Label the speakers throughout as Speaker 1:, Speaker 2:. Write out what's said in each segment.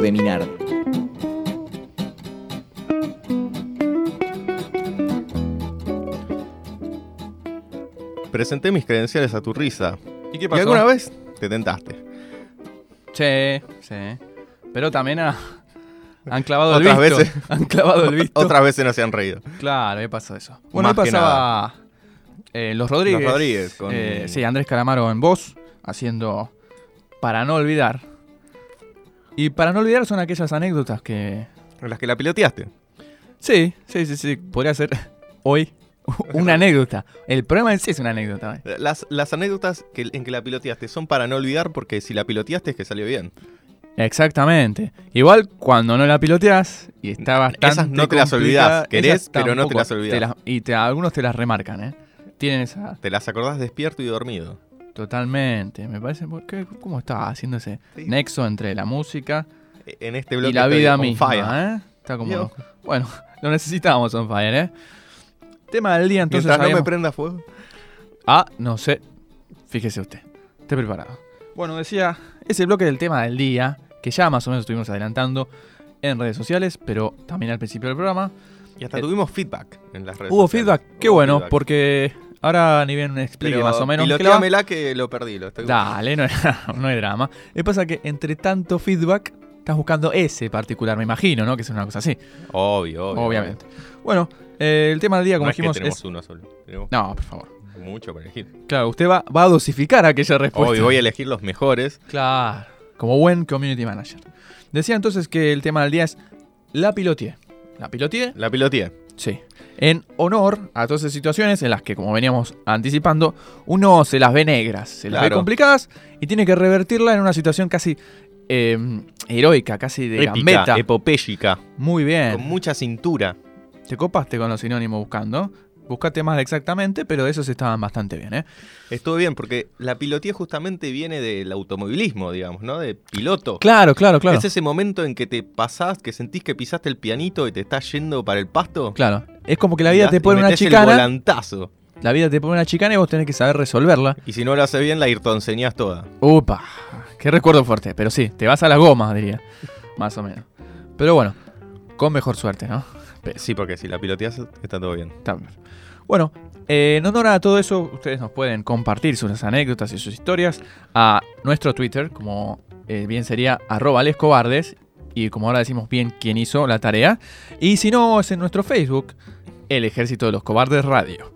Speaker 1: de Minardi.
Speaker 2: Presenté mis credenciales a tu risa.
Speaker 3: ¿Y qué
Speaker 2: Y
Speaker 3: pasó?
Speaker 2: alguna vez te tentaste.
Speaker 3: Sí, sí. Pero también ha- han clavado el
Speaker 2: Otras
Speaker 3: visto.
Speaker 2: veces.
Speaker 3: Han clavado el visto.
Speaker 2: Otras veces no se han reído.
Speaker 3: Claro, me pasó eso. Bueno,
Speaker 2: Más
Speaker 3: ahí
Speaker 2: que
Speaker 3: pasaba eh, Los Rodríguez.
Speaker 2: Los Rodríguez, con-
Speaker 3: Eh, sí, Andrés Calamaro en voz, haciendo Para no olvidar. Y para no olvidar son aquellas anécdotas que...
Speaker 2: En las que la piloteaste.
Speaker 3: Sí, sí, sí, sí. Podría ser hoy una anécdota. El programa en sí es una anécdota. ¿eh?
Speaker 2: Las, las anécdotas que- en que la piloteaste son para no olvidar porque si la piloteaste es que salió bien.
Speaker 3: Exactamente. Igual cuando no la piloteas y está bastante.
Speaker 2: Esas no te las
Speaker 3: complicada,
Speaker 2: olvidás, querés,
Speaker 3: esas
Speaker 2: pero no te
Speaker 3: tampoco.
Speaker 2: las olvidás.
Speaker 3: Te y te- algunos te las remarcan, ¿eh? Tienen esa.
Speaker 2: Te las acordás despierto y dormido.
Speaker 3: Totalmente. Me parece. ¿por qué? ¿Cómo está haciendo ese
Speaker 2: Sí.
Speaker 3: nexo entre la música
Speaker 2: En este bloque
Speaker 3: y la
Speaker 2: estoy
Speaker 3: vida
Speaker 2: on
Speaker 3: misma?
Speaker 2: fire.
Speaker 3: ¿eh? Está como.
Speaker 2: Yo.
Speaker 3: Bueno, lo necesitamos, On Fire, ¿eh? Tema del día, entonces.
Speaker 2: Mientras no me
Speaker 3: habíamos-
Speaker 2: prenda fuego.
Speaker 3: Ah, no sé. Fíjese usted. Esté preparado. Bueno, decía, es el bloque del tema del día, que ya más o menos estuvimos adelantando en redes sociales, pero también al principio del programa.
Speaker 2: Y hasta
Speaker 3: Eh,
Speaker 2: tuvimos feedback en las redes
Speaker 3: Hubo
Speaker 2: sociales.
Speaker 3: feedback, qué
Speaker 2: Hubo
Speaker 3: bueno,
Speaker 2: feedback.
Speaker 3: porque ahora ni bien explique
Speaker 2: Pero
Speaker 3: más o menos. qué la va-
Speaker 2: Piloteamela que lo perdí. Lo estoy...
Speaker 3: Dale, no, no hay drama. Lo que pasa es que entre tanto feedback, estás buscando ese particular, me imagino, ¿no? Que es una cosa así,
Speaker 2: Obvio, obvio.
Speaker 3: obviamente. Bueno, eh, el tema del día,
Speaker 2: No
Speaker 3: como
Speaker 2: es que
Speaker 3: dijimos,
Speaker 2: tenemos
Speaker 3: es...
Speaker 2: uno solo. Tenemos
Speaker 3: No, por favor.
Speaker 2: mucho para elegir.
Speaker 3: Claro, usted va, va a dosificar aquella respuesta.
Speaker 2: Hoy voy a elegir los mejores.
Speaker 3: Claro. Como buen community manager. Decía entonces que el tema del día es la pilotier. La pilotier,
Speaker 2: La piloteé.
Speaker 3: sí. En honor a todas esas situaciones en las que, como veníamos anticipando, uno se las ve negras, se las ve
Speaker 2: Claro.
Speaker 3: complicadas y tiene que revertirla en una situación casi eh, heroica, casi de
Speaker 2: Épica,
Speaker 3: gambeta.
Speaker 2: epopéyica.
Speaker 3: Muy bien.
Speaker 2: Con mucha cintura.
Speaker 3: Te copaste con los sinónimos buscando. Buscaste más exactamente, pero esos estaban bastante bien, ¿eh?
Speaker 2: Estuvo bien, porque la pilotía justamente viene del automovilismo, digamos, ¿no? De piloto.
Speaker 3: Claro, claro, claro.
Speaker 2: Es ese momento en que te pasás, que sentís que pisaste el pianito y te estás yendo para el pasto.
Speaker 3: Claro. Es como que la
Speaker 2: Y
Speaker 3: vida
Speaker 2: das-
Speaker 3: te pone
Speaker 2: y
Speaker 3: una
Speaker 2: metés El
Speaker 3: chicana.
Speaker 2: volantazo.
Speaker 3: La vida te pone una chicana y vos tenés que saber resolverla.
Speaker 2: Y si no lo haces bien, la irtonseñás toda.
Speaker 3: Upa, qué recuerdo fuerte, pero sí, te vas a las gomas, diría. Más o menos. Pero bueno, con mejor suerte, ¿no?
Speaker 2: Pe- Sí, porque si la piloteás está todo bien.
Speaker 3: Está bien. Bueno, eh, en honor a todo eso, ustedes nos pueden compartir sus anécdotas y sus historias a nuestro Twitter, como eh, bien sería arroba lescobardes, y como ahora decimos bien quién hizo la tarea. Y si no, es en nuestro Facebook, El Ejército de los Cobardes Radio.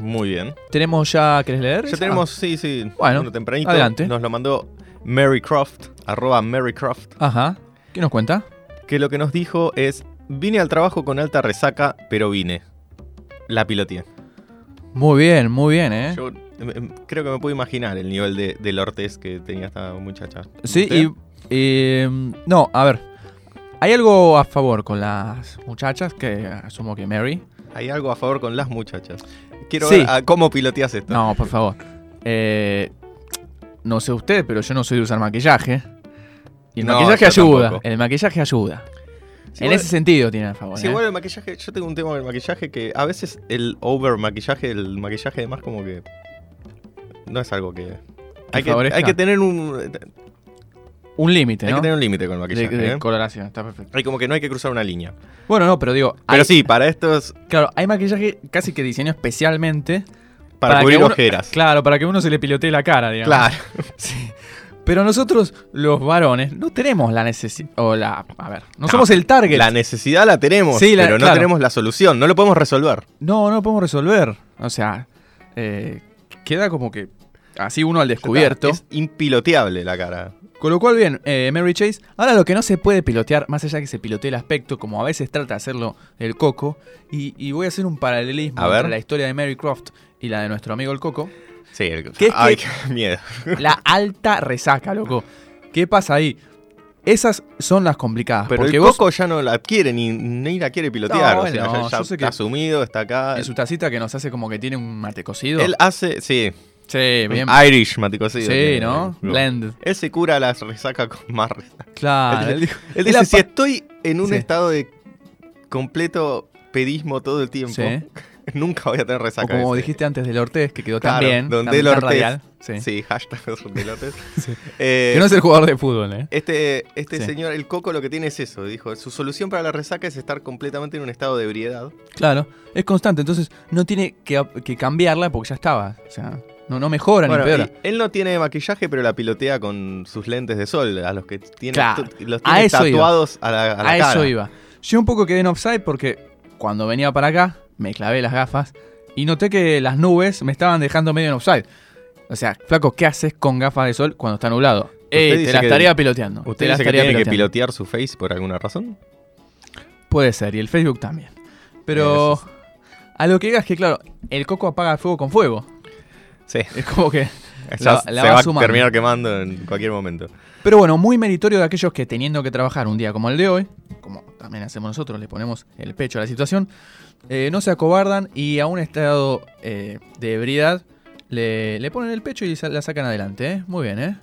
Speaker 2: Muy bien.
Speaker 3: Tenemos ya, ¿querés leer?
Speaker 2: Ya tenemos, sí, sí,
Speaker 3: ah. Bueno,
Speaker 2: uno tempranito.
Speaker 3: adelante.
Speaker 2: Nos lo mandó Mary Croft, arroba Mary Croft,
Speaker 3: Ah, ajá. ¿Qué nos cuenta?
Speaker 2: que lo que nos dijo es, vine al trabajo con alta resaca, pero vine. La piloteé.
Speaker 3: Muy bien, muy bien, ¿eh?
Speaker 2: Yo em, em, creo que me puedo imaginar el nivel de, de lortez que tenía esta muchacha.
Speaker 3: Sí,
Speaker 2: ¿Usted?
Speaker 3: y, eh, no, a ver. Hay algo a favor con las muchachas, que asumo que Mary.
Speaker 2: Hay algo a favor con las muchachas. Quiero
Speaker 3: Sí.
Speaker 2: ver ah, cómo piloteas esto.
Speaker 3: No, por favor. Eh, no sé usted, pero yo no soy de usar maquillaje. Y el
Speaker 2: No,
Speaker 3: maquillaje
Speaker 2: yo
Speaker 3: ayuda.
Speaker 2: tampoco.
Speaker 3: El maquillaje ayuda.
Speaker 2: Si
Speaker 3: en
Speaker 2: igual-
Speaker 3: ese sentido tiene a favor.
Speaker 2: si
Speaker 3: ¿eh?
Speaker 2: igual el maquillaje, yo tengo un tema con el maquillaje que a veces el over maquillaje, el maquillaje de más como que no es algo que... Hay que,
Speaker 3: favorezca?
Speaker 2: hay que tener un,
Speaker 3: Un límite,
Speaker 2: Hay
Speaker 3: ¿no?
Speaker 2: que tener un límite con el
Speaker 3: de,
Speaker 2: maquillaje.
Speaker 3: de
Speaker 2: ¿eh?
Speaker 3: coloración, está perfecto.
Speaker 2: Hay como que no hay que cruzar una línea.
Speaker 3: Bueno, no, pero digo.
Speaker 2: Pero
Speaker 3: hay-
Speaker 2: sí, para esto es
Speaker 3: Claro, hay maquillaje casi que diseño especialmente.
Speaker 2: para,
Speaker 3: que
Speaker 2: cubrir
Speaker 3: uno-
Speaker 2: ojeras.
Speaker 3: Claro, para que uno se le pilotee la cara, digamos.
Speaker 2: Claro.
Speaker 3: Sí. Pero nosotros, los varones, no tenemos la necesidad. O la. A ver, no, somos el target.
Speaker 2: La necesidad la tenemos,
Speaker 3: Sí, la-
Speaker 2: pero no
Speaker 3: claro.
Speaker 2: tenemos la solución. No lo podemos resolver.
Speaker 3: No, no lo podemos resolver. O sea, eh, queda como que así uno al descubierto.
Speaker 2: Es impiloteable la cara.
Speaker 3: Con lo cual, bien, eh, Mary Chase. Ahora lo que no se puede pilotear, más allá que se pilotee el aspecto, como a veces trata de hacerlo el coco, y, y voy a hacer un paralelismo
Speaker 2: A ver.
Speaker 3: entre la historia de Mary Croft y la de nuestro amigo el coco.
Speaker 2: Sí, el-
Speaker 3: ¿Qué es
Speaker 2: ay,
Speaker 3: que-
Speaker 2: qué miedo.
Speaker 3: La alta resaca, loco. ¿Qué pasa ahí? Esas son las complicadas.
Speaker 2: Pero
Speaker 3: porque
Speaker 2: el
Speaker 3: vos
Speaker 2: coco ya no la quiere, ni, ni la quiere pilotear.
Speaker 3: No,
Speaker 2: o sea,
Speaker 3: no,
Speaker 2: ya- ya,
Speaker 3: yo sé que-
Speaker 2: está sumido, está acá.
Speaker 3: en su tacita que nos hace como que tiene un mate cocido.
Speaker 2: Él hace, sí,
Speaker 3: sí,
Speaker 2: un
Speaker 3: bien.
Speaker 2: Irish maticocido.
Speaker 3: sí,
Speaker 2: tiene.
Speaker 3: ¿no? Blend.
Speaker 2: Él se cura las resaca con más resaca.
Speaker 3: Claro.
Speaker 2: Él-
Speaker 3: él dijo-
Speaker 2: Él
Speaker 3: él
Speaker 2: dice,
Speaker 3: apa-
Speaker 2: si estoy en un
Speaker 3: Sí.
Speaker 2: estado de completo pedismo todo el tiempo,
Speaker 3: Sí.
Speaker 2: Nunca voy a tener
Speaker 3: O
Speaker 2: resaca.
Speaker 3: como
Speaker 2: ese.
Speaker 3: dijiste antes del Ortez, que quedó
Speaker 2: Claro,
Speaker 3: tan bien.
Speaker 2: Don
Speaker 3: tan-
Speaker 2: Del
Speaker 3: tan
Speaker 2: Ortiz.
Speaker 3: radial. Sí.
Speaker 2: Sí. hashtag Don Del Ortiz.
Speaker 3: Sí.
Speaker 2: Eh,
Speaker 3: Que no es el jugador de fútbol, ¿eh?
Speaker 2: Este, este
Speaker 3: Sí.
Speaker 2: señor, el coco, lo que tiene es eso. Dijo, su solución para la resaca es estar completamente en un estado de ebriedad.
Speaker 3: Claro, es constante. Entonces no tiene que, que cambiarla porque ya estaba. O sea, no, no mejora
Speaker 2: Bueno,
Speaker 3: ni peor.
Speaker 2: y él no tiene maquillaje, pero la pilotea con sus lentes de sol, a los que tiene,
Speaker 3: Claro,
Speaker 2: tu- los
Speaker 3: a
Speaker 2: tiene
Speaker 3: eso iba.
Speaker 2: tatuados a la, a
Speaker 3: A,
Speaker 2: la cara.
Speaker 3: eso iba. Yo un poco quedé en offside porque cuando venía para acá me clavé las gafas y noté que las nubes me estaban dejando medio en offside. O sea, flaco, ¿qué haces con gafas de sol cuando está nublado? Ey, te
Speaker 2: dice
Speaker 3: la
Speaker 2: que-
Speaker 3: estaría piloteando. te
Speaker 2: ¿Usted
Speaker 3: la
Speaker 2: dice que
Speaker 3: estaría
Speaker 2: tiene que
Speaker 3: piloteando.
Speaker 2: pilotear su face por alguna razón?
Speaker 3: Puede ser, y el Facebook también. Pero
Speaker 2: Eso
Speaker 3: a lo que digas que, claro, el coco apaga el fuego con fuego.
Speaker 2: Sí,
Speaker 3: Es como que
Speaker 2: ya
Speaker 3: la
Speaker 2: se
Speaker 3: va
Speaker 2: va
Speaker 3: sumando.
Speaker 2: a terminar quemando en cualquier momento.
Speaker 3: Pero bueno, muy meritorio de aquellos que teniendo que trabajar un día como el de hoy, como también hacemos nosotros, le ponemos el pecho a la situación, eh, no se acobardan y a un estado eh, de ebriedad le, le ponen el pecho y sa- la sacan adelante. ¿eh? Muy bien, ¿eh?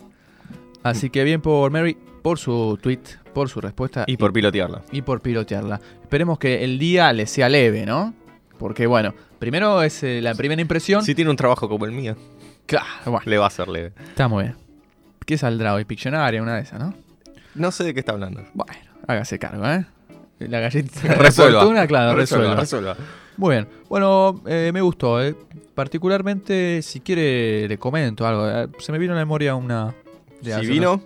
Speaker 3: Así que bien por Mary, por su tweet, por su respuesta
Speaker 2: Y por pilotearla.
Speaker 3: Ah, y por pilotearla. Esperemos que el día le sea leve, ¿no? Porque bueno, primero es eh, la primera impresión.
Speaker 2: Si tiene un trabajo como el mío,
Speaker 3: Claro, bueno,
Speaker 2: le va a ser leve.
Speaker 3: está muy bien. ¿Qué saldrá hoy? Piccionaria, una de esas, ¿no?
Speaker 2: No sé de qué está hablando.
Speaker 3: Bueno, hágase cargo, ¿eh? La galletita de
Speaker 2: Resuelva.
Speaker 3: fortuna, claro, resuelva.
Speaker 2: resuelva.
Speaker 3: Muy bien. Bueno, eh, me gustó. eh. Particularmente, si quiere, le comento algo. Eh, Se me vino a la memoria una... de hace
Speaker 2: Si vino, Eh.
Speaker 3: unos-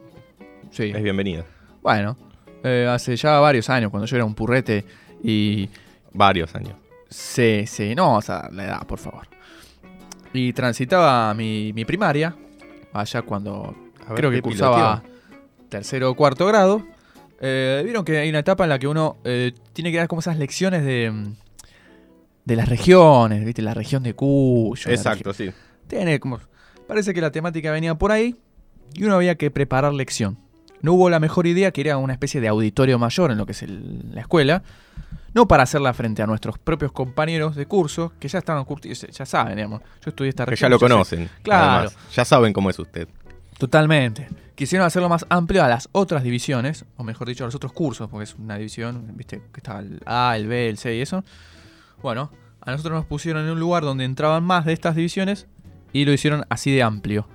Speaker 3: Sí.
Speaker 2: es bienvenido.
Speaker 3: Bueno, eh, hace ya varios años, cuando yo era un purrete y...
Speaker 2: Varios años.
Speaker 3: Sí, sí, no, o sea, la edad, por favor. Y transitaba mi, mi primaria, allá cuando
Speaker 2: A ver,
Speaker 3: creo que
Speaker 2: ¿qué
Speaker 3: cursaba tercero o cuarto grado. Eh, Vieron que hay una etapa en la que uno eh, tiene que dar como esas lecciones de, mm, de las regiones, ¿viste? La región de Cuyo. la
Speaker 2: Exacto, sí.
Speaker 3: regi- tiene como- parece que la temática venía por ahí y uno había que preparar lección. No hubo la mejor idea que era una especie de auditorio mayor en lo que es el- la escuela. No para hacerla frente a nuestros propios compañeros de curso, que ya estaban curtidos, ya saben, digamos. Yo estudié esta
Speaker 2: Que ya
Speaker 3: región.
Speaker 2: lo
Speaker 3: yo sé-
Speaker 2: conocen.
Speaker 3: Claro.
Speaker 2: además. Ya saben cómo es usted.
Speaker 3: Totalmente. Quisieron hacerlo más amplio a las otras divisiones, o mejor dicho, a los otros cursos, porque es una división, viste, que está el A, el B, el C y eso. Bueno, a nosotros nos pusieron en un lugar donde entraban más de estas divisiones y lo hicieron así de amplio.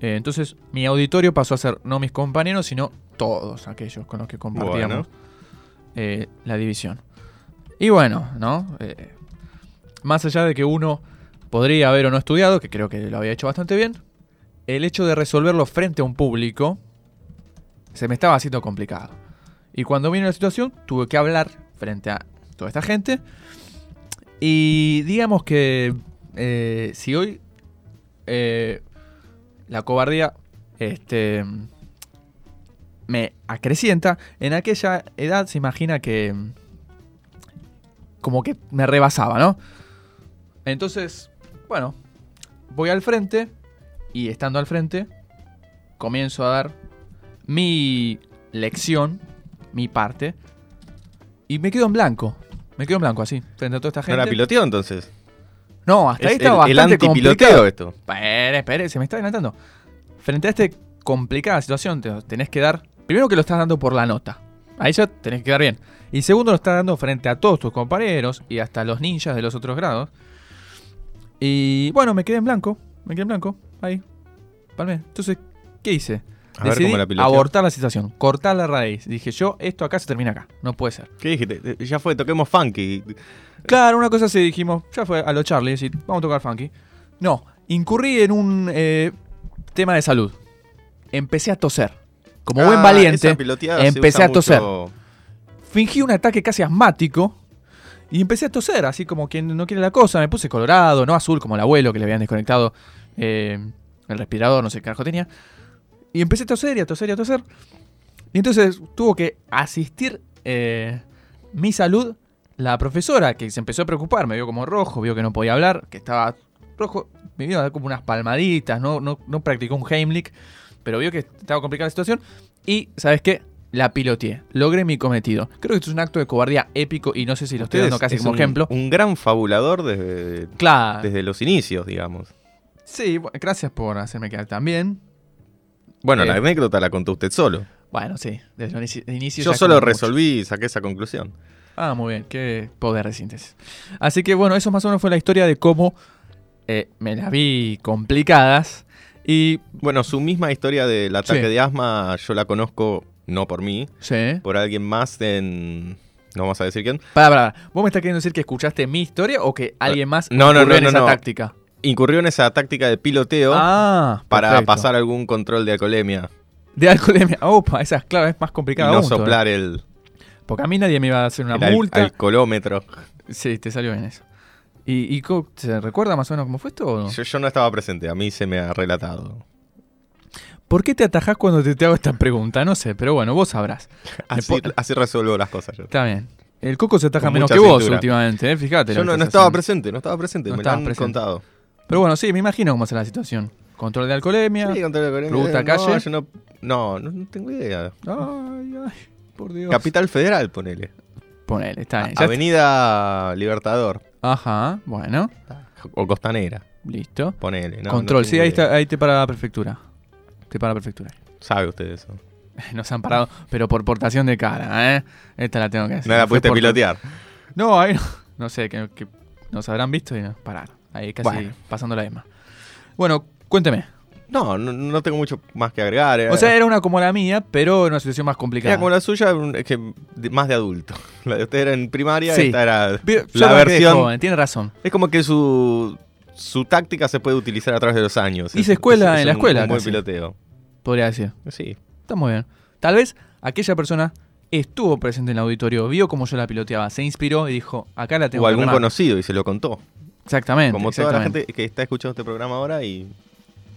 Speaker 3: Eh, entonces, mi auditorio pasó a ser no mis compañeros, sino todos aquellos con los que compartíamos eh, la división. Y bueno, ¿no? Eh, más allá de que uno podría haber o no estudiado, que creo que lo había hecho bastante bien, el hecho de resolverlo frente a un público se me estaba haciendo complicado. Y cuando vino la situación, tuve que hablar frente a toda esta gente. Y digamos que eh, si hoy eh, la cobardía este, me acrecienta, en aquella edad se imagina que mm, como que me rebasaba, ¿no? Entonces, bueno, voy al frente y estando al frente, comienzo a dar mi lección, mi parte, y me quedo en blanco. Me quedo en blanco así, frente a toda esta
Speaker 2: No
Speaker 3: gente.
Speaker 2: era piloteo entonces.
Speaker 3: No, hasta ahí
Speaker 2: Es
Speaker 3: estaba
Speaker 2: el, el
Speaker 3: bastante complicado.
Speaker 2: antipiloteo esto.
Speaker 3: Espere, espere, se me está adelantando. Frente a esta complicada situación, te- tenés que dar. Primero que lo estás dando por la nota. Ahí ya tenés que dar bien. Y segundo, lo estás dando frente a todos tus compañeros y hasta los ninjas de los otros grados. Y bueno, me quedé en blanco. Me quedé en blanco. Ahí. Palmé. Entonces, ¿qué hice?
Speaker 2: A ver
Speaker 3: Decidí
Speaker 2: cómo la piloteó.
Speaker 3: abortar la situación, cortar la raíz. Dije yo, esto acá se termina acá. No puede ser.
Speaker 2: ¿Qué dijiste? Eh, Ya fue, toquemos funky.
Speaker 3: Claro, una cosa así dijimos, ya fue a lo Charlie, decir, vamos a tocar funky. No, incurrí en un eh, tema de salud. Empecé a toser. Como buen
Speaker 2: Ah,
Speaker 3: valiente,
Speaker 2: esa piloteada se
Speaker 3: empecé
Speaker 2: usa
Speaker 3: a toser.
Speaker 2: mucho.
Speaker 3: fingí un ataque casi asmático y empecé a toser, así como quien no quiere la cosa. Me puse colorado, no azul, como el abuelo que le habían desconectado eh, el respirador, no sé qué carajo tenía. Y empecé a toser y a toser y a toser. Y entonces tuvo que asistir eh, mi salud la profesora, que se empezó a preocupar. Me vio como rojo, vio que no podía hablar, que estaba rojo. Me vino a dar como unas palmaditas, no, no, no practicó un Heimlich, pero vio que estaba complicada la situación. Y, ¿sabes qué? La piloteé. Logré mi cometido. Creo que esto es un acto de cobardía épico y no sé si lo estoy
Speaker 2: Usted
Speaker 3: dando
Speaker 2: es-
Speaker 3: casi
Speaker 2: es
Speaker 3: como
Speaker 2: un-
Speaker 3: ejemplo. Ah.
Speaker 2: Un gran fabulador desde,
Speaker 3: Claro.
Speaker 2: desde los inicios, digamos.
Speaker 3: Sí, bu- gracias por hacerme quedar tan bien.
Speaker 2: Bueno,
Speaker 3: Eh.
Speaker 2: la anécdota la contó usted solo.
Speaker 3: Bueno, sí, desde el inici- inicio.
Speaker 2: Yo
Speaker 3: ya
Speaker 2: solo
Speaker 3: como mucho.
Speaker 2: resolví y saqué esa conclusión.
Speaker 3: Ah, muy bien, qué poder de síntesis. Así que bueno, eso más o menos fue la historia de cómo eh, me las vi complicadas. Y
Speaker 2: Bueno, su misma historia del ataque
Speaker 3: Sí.
Speaker 2: de asma yo la conozco, no por mí,
Speaker 3: sí.
Speaker 2: por alguien más en... No vamos a decir quién.
Speaker 3: Para, para, para. ¿Vos me estás queriendo decir que escuchaste mi historia o que alguien más
Speaker 2: no, no,
Speaker 3: ocurrió en
Speaker 2: no,
Speaker 3: esa
Speaker 2: no.
Speaker 3: táctica?
Speaker 2: Incurrió en esa táctica de piloteo
Speaker 3: Ah,
Speaker 2: para
Speaker 3: perfecto.
Speaker 2: pasar algún control de alcoholemia
Speaker 3: De alcoholemia. Opa, esa es clave, es más
Speaker 2: y
Speaker 3: complicada
Speaker 2: no
Speaker 3: aún todavía.
Speaker 2: soplar el,
Speaker 3: Porque a mí nadie me iba a hacer eh. una
Speaker 2: el al-
Speaker 3: multa.
Speaker 2: alcoholómetro.
Speaker 3: Sí, te salió bien eso. ¿Y, y co- se recuerda más o menos cómo fue esto o no?
Speaker 2: Yo, yo no estaba presente, a mí se me ha relatado.
Speaker 3: ¿Por qué te atajás cuando te, te hago esta pregunta? No sé, pero bueno, vos sabrás.
Speaker 2: Así,
Speaker 3: po-
Speaker 2: así resuelvo las cosas yo.
Speaker 3: Está bien. El coco se ataja
Speaker 2: Con
Speaker 3: menos
Speaker 2: mucha
Speaker 3: que vos
Speaker 2: cintura.
Speaker 3: últimamente, ¿eh? fíjate. lo
Speaker 2: Yo no,
Speaker 3: que
Speaker 2: no
Speaker 3: estás
Speaker 2: estaba
Speaker 3: haciendo.
Speaker 2: presente, no estaba presente, me
Speaker 3: No
Speaker 2: lo
Speaker 3: estabas
Speaker 2: han
Speaker 3: presente.
Speaker 2: contado.
Speaker 3: Pero bueno, sí, me imagino cómo será la situación. Control de alcoholemia.
Speaker 2: Sí, control de alcoholemia.
Speaker 3: ¿Ruta,
Speaker 2: no,
Speaker 3: calle?
Speaker 2: yo no, no, no- no tengo idea.
Speaker 3: Ay, ay, por Dios.
Speaker 2: Capital Federal, ponele.
Speaker 3: Ponele,
Speaker 2: Ah,
Speaker 3: está bien. ya está.
Speaker 2: Avenida Libertador
Speaker 3: Ajá, bueno,
Speaker 2: o Costanera,
Speaker 3: listo.
Speaker 2: ponele. no,
Speaker 3: Control,
Speaker 2: no tengo
Speaker 3: sí, ahí,
Speaker 2: idea.
Speaker 3: está, ahí te para la prefectura. Te para la prefectura.
Speaker 2: Sabe usted eso.
Speaker 3: Nos han parado, pero por portación de cara, ¿eh? Esta la tengo que hacer.
Speaker 2: No la
Speaker 3: Fue
Speaker 2: pudiste
Speaker 3: por-
Speaker 2: pilotear.
Speaker 3: No, ahí no. No sé, que, que nos habrán visto y nos pararon. Ahí casi
Speaker 2: Bueno.
Speaker 3: pasando la misma. Bueno, cuénteme.
Speaker 2: No, no, no tengo mucho más que agregar. eh. era-
Speaker 3: O sea, era una como la mía, pero en una situación más complicada.
Speaker 2: Era como la suya, un- es que de- más de adulto. La de usted era en primaria,
Speaker 3: Sí.
Speaker 2: esta era.
Speaker 3: Pero yo
Speaker 2: la
Speaker 3: arranqué de
Speaker 2: versión-
Speaker 3: joven, tiene razón.
Speaker 2: Es como que su, su táctica se puede utilizar a través de los años.
Speaker 3: Hice
Speaker 2: Es-
Speaker 3: escuela
Speaker 2: es
Speaker 3: en la
Speaker 2: un-
Speaker 3: escuela,
Speaker 2: Un buen
Speaker 3: casi.
Speaker 2: piloteo.
Speaker 3: Podría decir.
Speaker 2: Sí.
Speaker 3: Está muy bien. Tal vez aquella persona estuvo presente en el auditorio, vio cómo yo la piloteaba, se inspiró y dijo, acá la tengo
Speaker 2: O
Speaker 3: que
Speaker 2: algún
Speaker 3: armar.
Speaker 2: conocido y se lo contó.
Speaker 3: Exactamente.
Speaker 2: Como toda la
Speaker 3: exactamente.
Speaker 2: gente que está escuchando este programa ahora y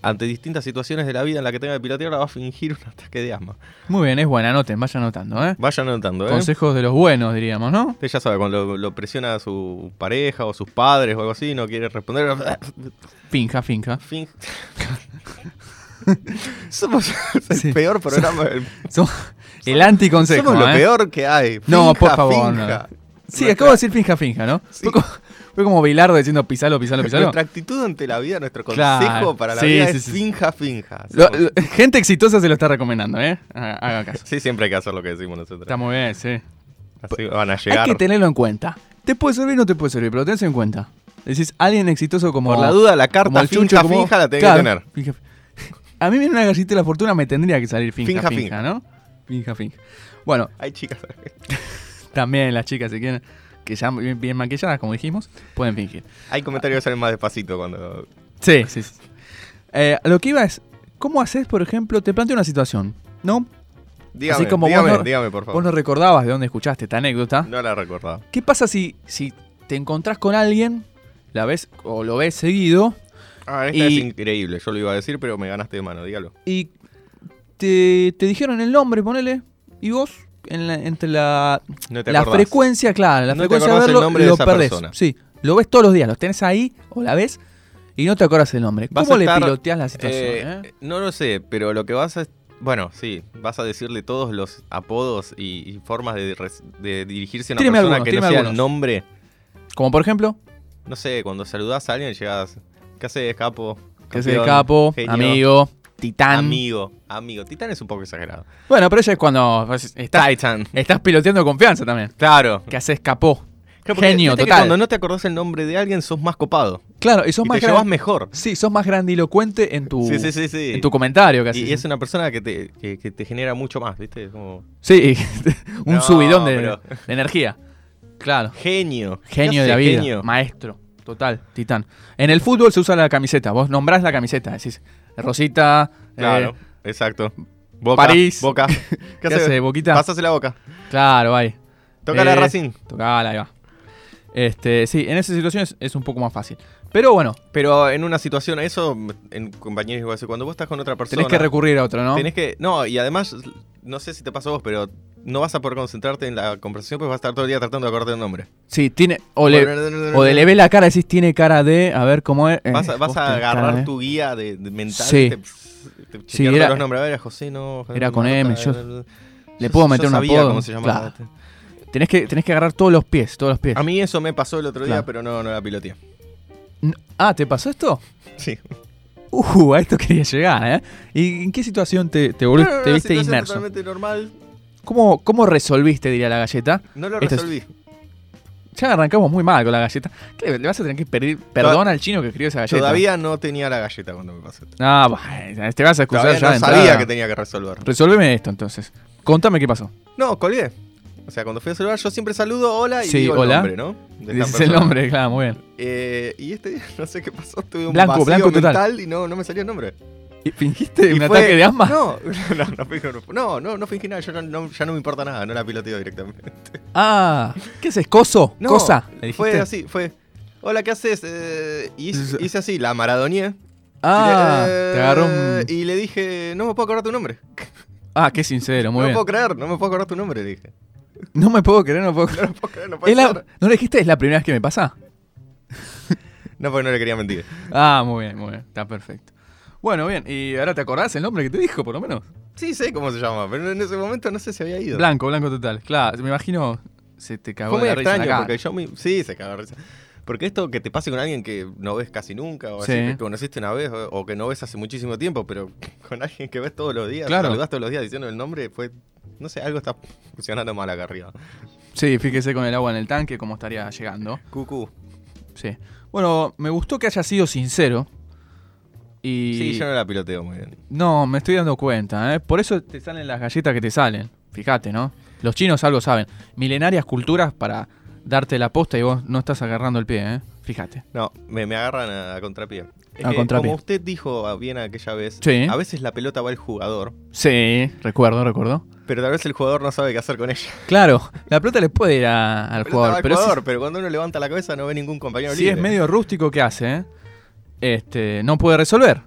Speaker 2: ante distintas situaciones de la vida en la que tenga que pilotear, la va a fingir un ataque de asma.
Speaker 3: Muy bien, es buena, anoten, vayan anotando, ¿eh?
Speaker 2: Vaya anotando, ¿eh?
Speaker 3: Consejos de los buenos, diríamos, ¿no?
Speaker 2: Usted ya sabe, cuando lo, lo presiona a su pareja o sus padres o algo así, no quiere responder.
Speaker 3: Finja, finja.
Speaker 2: Fin. Somos el
Speaker 3: Sí.
Speaker 2: peor programa del
Speaker 3: Somos- el anticonsejo.
Speaker 2: Somos lo
Speaker 3: ¿eh?
Speaker 2: peor que hay. Finja,
Speaker 3: No, por favor,
Speaker 2: finja.
Speaker 3: Sí,
Speaker 2: Nuestra-
Speaker 3: acabo de decir finja, finja, ¿no?
Speaker 2: Sí.
Speaker 3: Fue, como, fue como Bilardo diciendo pisalo, pisalo, pisalo.
Speaker 2: Nuestra actitud ante la vida, nuestro consejo
Speaker 3: Claro.
Speaker 2: para la
Speaker 3: Sí,
Speaker 2: vida
Speaker 3: sí,
Speaker 2: es
Speaker 3: sí.
Speaker 2: finja, finja.
Speaker 3: Lo-
Speaker 2: Somos-
Speaker 3: lo- gente exitosa se lo está recomendando, ¿eh? Haga, haga caso.
Speaker 2: Sí, siempre hay que hacer lo que decimos nosotros.
Speaker 3: Está muy bien, sí.
Speaker 2: Así van a
Speaker 3: Hay
Speaker 2: llegar.
Speaker 3: que tenerlo en cuenta. Te puede servir o no te puede servir, pero tenés en cuenta. Decís, alguien exitoso como...
Speaker 2: Por la duda, la
Speaker 3: como
Speaker 2: carta
Speaker 3: el
Speaker 2: finja,
Speaker 3: chucho, como-
Speaker 2: finja la tenés
Speaker 3: Claro,
Speaker 2: que tener.
Speaker 3: finja, finja. A mí viene una gallita de la fortuna, me tendría que salir finja,
Speaker 2: Finja,
Speaker 3: finja,
Speaker 2: finja.
Speaker 3: ¿no? Finja, finja. Bueno,
Speaker 2: Hay chicas.
Speaker 3: también las chicas, si quieren, que ya bien, bien maquilladas, como dijimos, pueden fingir.
Speaker 2: Hay comentarios que salen más despacito cuando.
Speaker 3: Sí, sí, sí. Eh, lo que iba es, ¿cómo haces, por ejemplo, te planteo una situación, ¿no?
Speaker 2: Dígame,
Speaker 3: como vos
Speaker 2: dígame,
Speaker 3: no-
Speaker 2: dígame, por
Speaker 3: Vos no
Speaker 2: favor.
Speaker 3: recordabas de dónde escuchaste esta anécdota.
Speaker 2: No la recordaba.
Speaker 3: ¿Qué pasa si, si te encontrás con alguien, la ves o lo ves seguido
Speaker 2: Ah, esta
Speaker 3: Y-
Speaker 2: es increíble. Yo lo iba a decir, pero me ganaste de mano, dígalo.
Speaker 3: y te, te dijeron el nombre, ponele, y vos en la- entre la,
Speaker 2: No te
Speaker 3: la
Speaker 2: acordás.
Speaker 3: frecuencia, claro, la
Speaker 2: No te
Speaker 3: frecuencia de
Speaker 2: acordás el
Speaker 3: verlo,
Speaker 2: nombre de
Speaker 3: lo
Speaker 2: esa
Speaker 3: perdés.
Speaker 2: persona.
Speaker 3: Sí, lo ves todos los días, los tenés ahí o la ves y no te acordás el nombre.
Speaker 2: Vas
Speaker 3: ¿Cómo
Speaker 2: a
Speaker 3: le
Speaker 2: estar,
Speaker 3: piloteás la situación?
Speaker 2: Eh,
Speaker 3: eh?
Speaker 2: No lo sé, pero lo que vas a. Bueno, sí, vas a decirle todos los apodos y, y formas de, res- de dirigirse a una
Speaker 3: Tíreme
Speaker 2: persona
Speaker 3: algunos,
Speaker 2: que no
Speaker 3: tíreme
Speaker 2: sea el
Speaker 3: algunos.
Speaker 2: nombre.
Speaker 3: Como por ejemplo,
Speaker 2: No sé, cuando saludás a alguien llegas. ¿Qué haces, capo?
Speaker 3: que soy
Speaker 2: Campeón,
Speaker 3: capo,
Speaker 2: genio,
Speaker 3: amigo, titán.
Speaker 2: Amigo, amigo. Titán es un poco exagerado.
Speaker 3: Bueno, pero eso es cuando pues, estás,
Speaker 2: Titan.
Speaker 3: estás piloteando confianza también.
Speaker 2: Claro.
Speaker 3: Que haces capó.
Speaker 2: Claro, porque
Speaker 3: Genio,
Speaker 2: viste que
Speaker 3: total.
Speaker 2: Cuando no te acordás el nombre de alguien, sos más copado.
Speaker 3: Claro, y sos
Speaker 2: y
Speaker 3: más
Speaker 2: te
Speaker 3: gran-
Speaker 2: llevas mejor.
Speaker 3: Sí, sos más grandilocuente en tu,
Speaker 2: sí, sí, sí, sí.
Speaker 3: En tu comentario casi.
Speaker 2: y, y es una persona que te, que, que te genera mucho más, ¿viste? Como
Speaker 3: Sí, un
Speaker 2: No,
Speaker 3: subidón de,
Speaker 2: pero-
Speaker 3: de energía. Claro.
Speaker 2: genio. ¿Qué
Speaker 3: Genio de la
Speaker 2: hace,
Speaker 3: vida.
Speaker 2: genio?
Speaker 3: Maestro. Total, titán. En el fútbol se usa la camiseta. Vos nombrás la camiseta. Decís, Rosita, eh,
Speaker 2: Claro, exacto. Boca,
Speaker 3: París.
Speaker 2: Boca.
Speaker 3: ¿qué,
Speaker 2: hace?
Speaker 3: hace, Boquita?
Speaker 2: Pásase la boca.
Speaker 3: Claro, ahí.
Speaker 2: Toca la
Speaker 3: Eh,
Speaker 2: Racing.
Speaker 3: Tocala, ahí va. Este, sí, en esas situaciones es un poco más fácil. Pero bueno,
Speaker 2: Pero en una situación, eso, en compañeros, igual, cuando vos estás con otra persona.
Speaker 3: tenés que recurrir a otro, ¿no?
Speaker 2: tenés que- No, y además, no sé si te pasó a vos, pero no vas a poder concentrarte en la conversación porque vas a estar todo el día tratando de acordarte el nombre.
Speaker 3: Sí, tiene. O le, o de le ves la cara, decís, tiene cara de. A ver cómo es. eh,
Speaker 2: Vas a, vas
Speaker 3: vos
Speaker 2: a
Speaker 3: tenés cara de-
Speaker 2: agarrar tu guía de, de mental.
Speaker 3: Sí.
Speaker 2: Te, te chequeando
Speaker 3: era-
Speaker 2: los nombres. A ver, a José, no.
Speaker 3: era
Speaker 2: Marta,
Speaker 3: con M, yo-
Speaker 2: eh,
Speaker 3: le puedo meter
Speaker 2: yo
Speaker 3: un
Speaker 2: sabía
Speaker 3: apodo.
Speaker 2: cómo se llamaba. este.
Speaker 3: Claro. Tenés que, tenés que agarrar todos los pies, todos los pies.
Speaker 2: A mí eso me pasó el otro día,
Speaker 3: Claro.
Speaker 2: pero no, no la piloteé.
Speaker 3: N- Ah, ¿te pasó esto?
Speaker 2: Sí.
Speaker 3: Uh, a esto quería llegar, ¿eh? ¿Y en qué situación te, te, volviste-
Speaker 2: No, no, no,
Speaker 3: te
Speaker 2: una
Speaker 3: viste
Speaker 2: situación
Speaker 3: inmerso?
Speaker 2: totalmente normal.
Speaker 3: ¿Cómo, ¿Cómo resolviste, diría la galleta?
Speaker 2: No lo
Speaker 3: Esto es-
Speaker 2: resolví.
Speaker 3: Ya arrancamos muy mal con la galleta. ¿Qué le, le vas a tener que pedir perdón al chino que escribió esa galleta?
Speaker 2: Todavía no tenía la galleta cuando me pasó. esto.
Speaker 3: Ah, bueno, te vas a excusar
Speaker 2: Todavía
Speaker 3: ya
Speaker 2: no
Speaker 3: de
Speaker 2: sabía
Speaker 3: entrada.
Speaker 2: que tenía que resolver.
Speaker 3: Resuélveme esto entonces. Contame qué pasó.
Speaker 2: No, colgué. O sea, cuando fui a saludar, yo siempre saludo hola y
Speaker 3: Sí,
Speaker 2: digo
Speaker 3: hola.
Speaker 2: el nombre, ¿no? De esta
Speaker 3: Dices el
Speaker 2: persona.
Speaker 3: nombre, claro, muy bien.
Speaker 2: Eh, y este día, no sé qué pasó, tuve un
Speaker 3: Blanco,
Speaker 2: vacío
Speaker 3: blanco total.
Speaker 2: mental y no, no me salía el nombre.
Speaker 3: ¿Y ¿Fingiste
Speaker 2: Y
Speaker 3: un
Speaker 2: fue-
Speaker 3: ataque de asma?
Speaker 2: No, no, no, fingí- no, no, no fingí nada, yo no, no- ya no me importa nada, no la piloteo directamente.
Speaker 3: Ah, ¿qué es coso?
Speaker 2: No,
Speaker 3: ¿Cosa? ¿Le
Speaker 2: fue
Speaker 3: dijiste?
Speaker 2: así, fue. Hola, ¿qué haces? Eh, y hice, hice así, la maradoñé.
Speaker 3: Ah,
Speaker 2: Y le-
Speaker 3: te agarró
Speaker 2: eh,
Speaker 3: un...
Speaker 2: Y le dije, no me puedo acordar tu nombre.
Speaker 3: Ah, qué sincero, muy
Speaker 2: no
Speaker 3: bien.
Speaker 2: puedo creer, no me puedo acordar tu nombre, le dije.
Speaker 3: No me puedo creer, no puedo
Speaker 2: No
Speaker 3: creer.
Speaker 2: lo puedo creer, no puede
Speaker 3: Es la-
Speaker 2: ser.
Speaker 3: ¿No le dijiste? ¿Es la primera vez que me pasa?
Speaker 2: No, porque no le quería mentir.
Speaker 3: Ah, muy bien, muy bien. Está perfecto. Bueno, bien. ¿Y ahora te acordás el nombre que te dijo, por lo menos?
Speaker 2: Sí, sé cómo se llama, pero en ese momento no sé si había ido.
Speaker 3: Blanco, blanco total. Claro, me imagino se te cagó
Speaker 2: Fue muy
Speaker 3: de la risa en la
Speaker 2: extraño
Speaker 3: cara.
Speaker 2: porque yo me... Sí, se cagó de risa. Porque esto que te pase con alguien que no ves casi nunca, o
Speaker 3: Sí.
Speaker 2: así, que conociste una vez, o o que no ves hace muchísimo tiempo, pero con alguien que ves todos los días,
Speaker 3: Claro.
Speaker 2: saludás todos los días diciendo el nombre, fue... No sé, algo está funcionando mal acá arriba.
Speaker 3: Sí, fíjese con el agua en el tanque cómo estaría llegando.
Speaker 2: Cucú.
Speaker 3: Sí. Bueno, me gustó que haya sido sincero. Y
Speaker 2: Sí, yo no la piloteo muy bien.
Speaker 3: No, me estoy dando cuenta, ¿eh? Por eso te salen las galletas que te salen. Fíjate, ¿no? Los chinos algo saben. Milenarias culturas para darte la posta y vos no estás agarrando el pie, ¿eh? Fíjate.
Speaker 2: No, me, me agarran a, contrapié. Es
Speaker 3: A
Speaker 2: que,
Speaker 3: contrapié.
Speaker 2: Como usted dijo bien aquella vez,
Speaker 3: Sí.
Speaker 2: a veces la pelota va al jugador,
Speaker 3: Sí, recuerdo, recuerdo.
Speaker 2: pero tal vez el jugador no sabe qué hacer con ella.
Speaker 3: Claro, la pelota le puede ir a- al
Speaker 2: La pelota va
Speaker 3: jugador,
Speaker 2: al
Speaker 3: pero si-
Speaker 2: jugador, pero cuando uno levanta la cabeza no ve ningún compañero
Speaker 3: si,
Speaker 2: libre.
Speaker 3: es medio rústico, ¿qué hace? eh? Este, no puede resolver.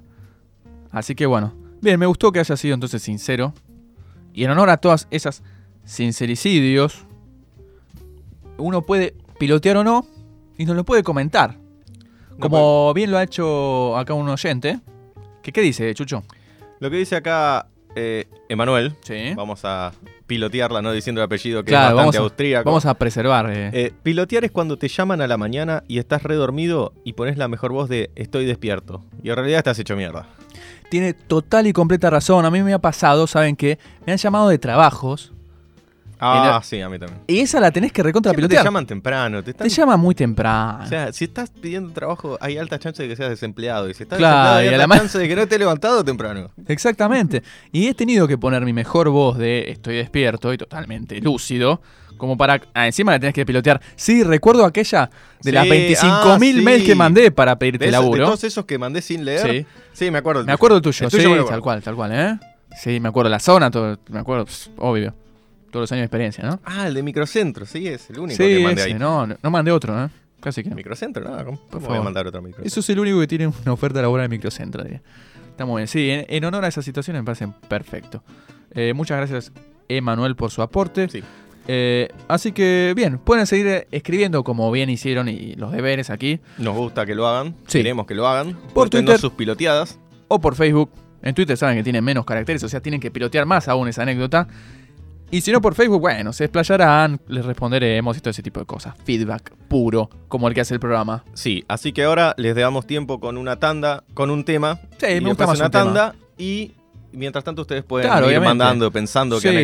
Speaker 3: Así que bueno. Bien, me gustó que haya sido entonces sincero. Y en honor a todas esas sincericidios, uno puede pilotear o no y nos lo puede comentar.
Speaker 2: No puede-
Speaker 3: Como bien lo ha hecho acá un oyente. ¿Qué, qué dice, Chucho?
Speaker 2: Lo que dice acá eh, Emanuel,
Speaker 3: Sí.
Speaker 2: vamos a pilotearla, no diciendo el apellido que
Speaker 3: ¿Eh?
Speaker 2: es
Speaker 3: Claro,
Speaker 2: bastante
Speaker 3: vamos a-
Speaker 2: austríaco.
Speaker 3: Vamos a preservar. eh.
Speaker 2: Eh, pilotear es cuando te llaman a la mañana y estás redormido y pones la mejor voz de estoy despierto. Y en realidad estás hecho mierda.
Speaker 3: Tiene total y completa razón. A mí me ha pasado, saben que me han llamado de trabajos
Speaker 2: Ah,
Speaker 3: la-
Speaker 2: sí, a mí también.
Speaker 3: y esa la tenés que recontra
Speaker 2: Siempre
Speaker 3: pilotear.
Speaker 2: te llaman temprano, te están
Speaker 3: Te llama muy temprano.
Speaker 2: O sea, si estás pidiendo trabajo, hay alta chance de que seas desempleado. Y si estás
Speaker 3: Claro,
Speaker 2: desempleado,
Speaker 3: y a
Speaker 2: hay
Speaker 3: la
Speaker 2: alta
Speaker 3: ma-
Speaker 2: chance de que no estés levantado temprano.
Speaker 3: Exactamente. Y he tenido que poner mi mejor voz de estoy despierto y totalmente lúcido. Como para. ah, encima la tenés que pilotear. Sí, recuerdo aquella de las
Speaker 2: Sí,
Speaker 3: 25.000
Speaker 2: ah, sí.
Speaker 3: mails que mandé para pedirte
Speaker 2: De, esos- de
Speaker 3: laburo.
Speaker 2: todos esos que mandé sin leer.
Speaker 3: Sí.
Speaker 2: Sí, me acuerdo. del
Speaker 3: Me
Speaker 2: tuyo.
Speaker 3: acuerdo el tuyo,
Speaker 2: El tuyo
Speaker 3: sí,
Speaker 2: me lo
Speaker 3: tal
Speaker 2: acuerdo.
Speaker 3: cual, tal cual, ¿eh? Sí, me acuerdo la zona, todo, me acuerdo, pss, obvio. Todos los años de experiencia, ¿no?
Speaker 2: Ah, el de Microcentro, sí, es el único
Speaker 3: sí,
Speaker 2: que mandé
Speaker 3: ese,
Speaker 2: ahí.
Speaker 3: no, no, no mandé otro, ¿eh? Casi que no.
Speaker 2: Microcentro, no, ¿cómo, cómo voy a
Speaker 3: favor.
Speaker 2: mandar otro microcentro?
Speaker 3: Eso es el único que tiene una oferta laboral en Microcentro, diría. Está muy bien. Sí, en, en honor a esa situación me parece perfecto. Eh, muchas gracias, Emanuel, por su aporte.
Speaker 2: Sí.
Speaker 3: Eh, así que, bien, pueden seguir eh, escribiendo como bien hicieron y los deberes aquí.
Speaker 2: Nos gusta que lo hagan,
Speaker 3: Sí.
Speaker 2: queremos que lo hagan.
Speaker 3: Por
Speaker 2: Cuéntenos
Speaker 3: Twitter.
Speaker 2: sus piloteadas.
Speaker 3: o por Facebook. En Twitter saben que tienen menos caracteres, o sea, tienen que pilotear más aún esa anécdota. Y si no por Facebook, bueno, se explayarán, les responderemos y todo ese tipo de cosas. Feedback puro, como el que hace el programa.
Speaker 2: Sí, así que ahora les damos tiempo con una tanda, con un tema. y
Speaker 3: Sí, Eh, me
Speaker 2: después
Speaker 3: gusta más
Speaker 2: una
Speaker 3: un tema.
Speaker 2: tanda. Y mientras tanto ustedes pueden
Speaker 3: Claro,
Speaker 2: ir
Speaker 3: obviamente.
Speaker 2: mandando, pensando
Speaker 3: Sí.
Speaker 2: que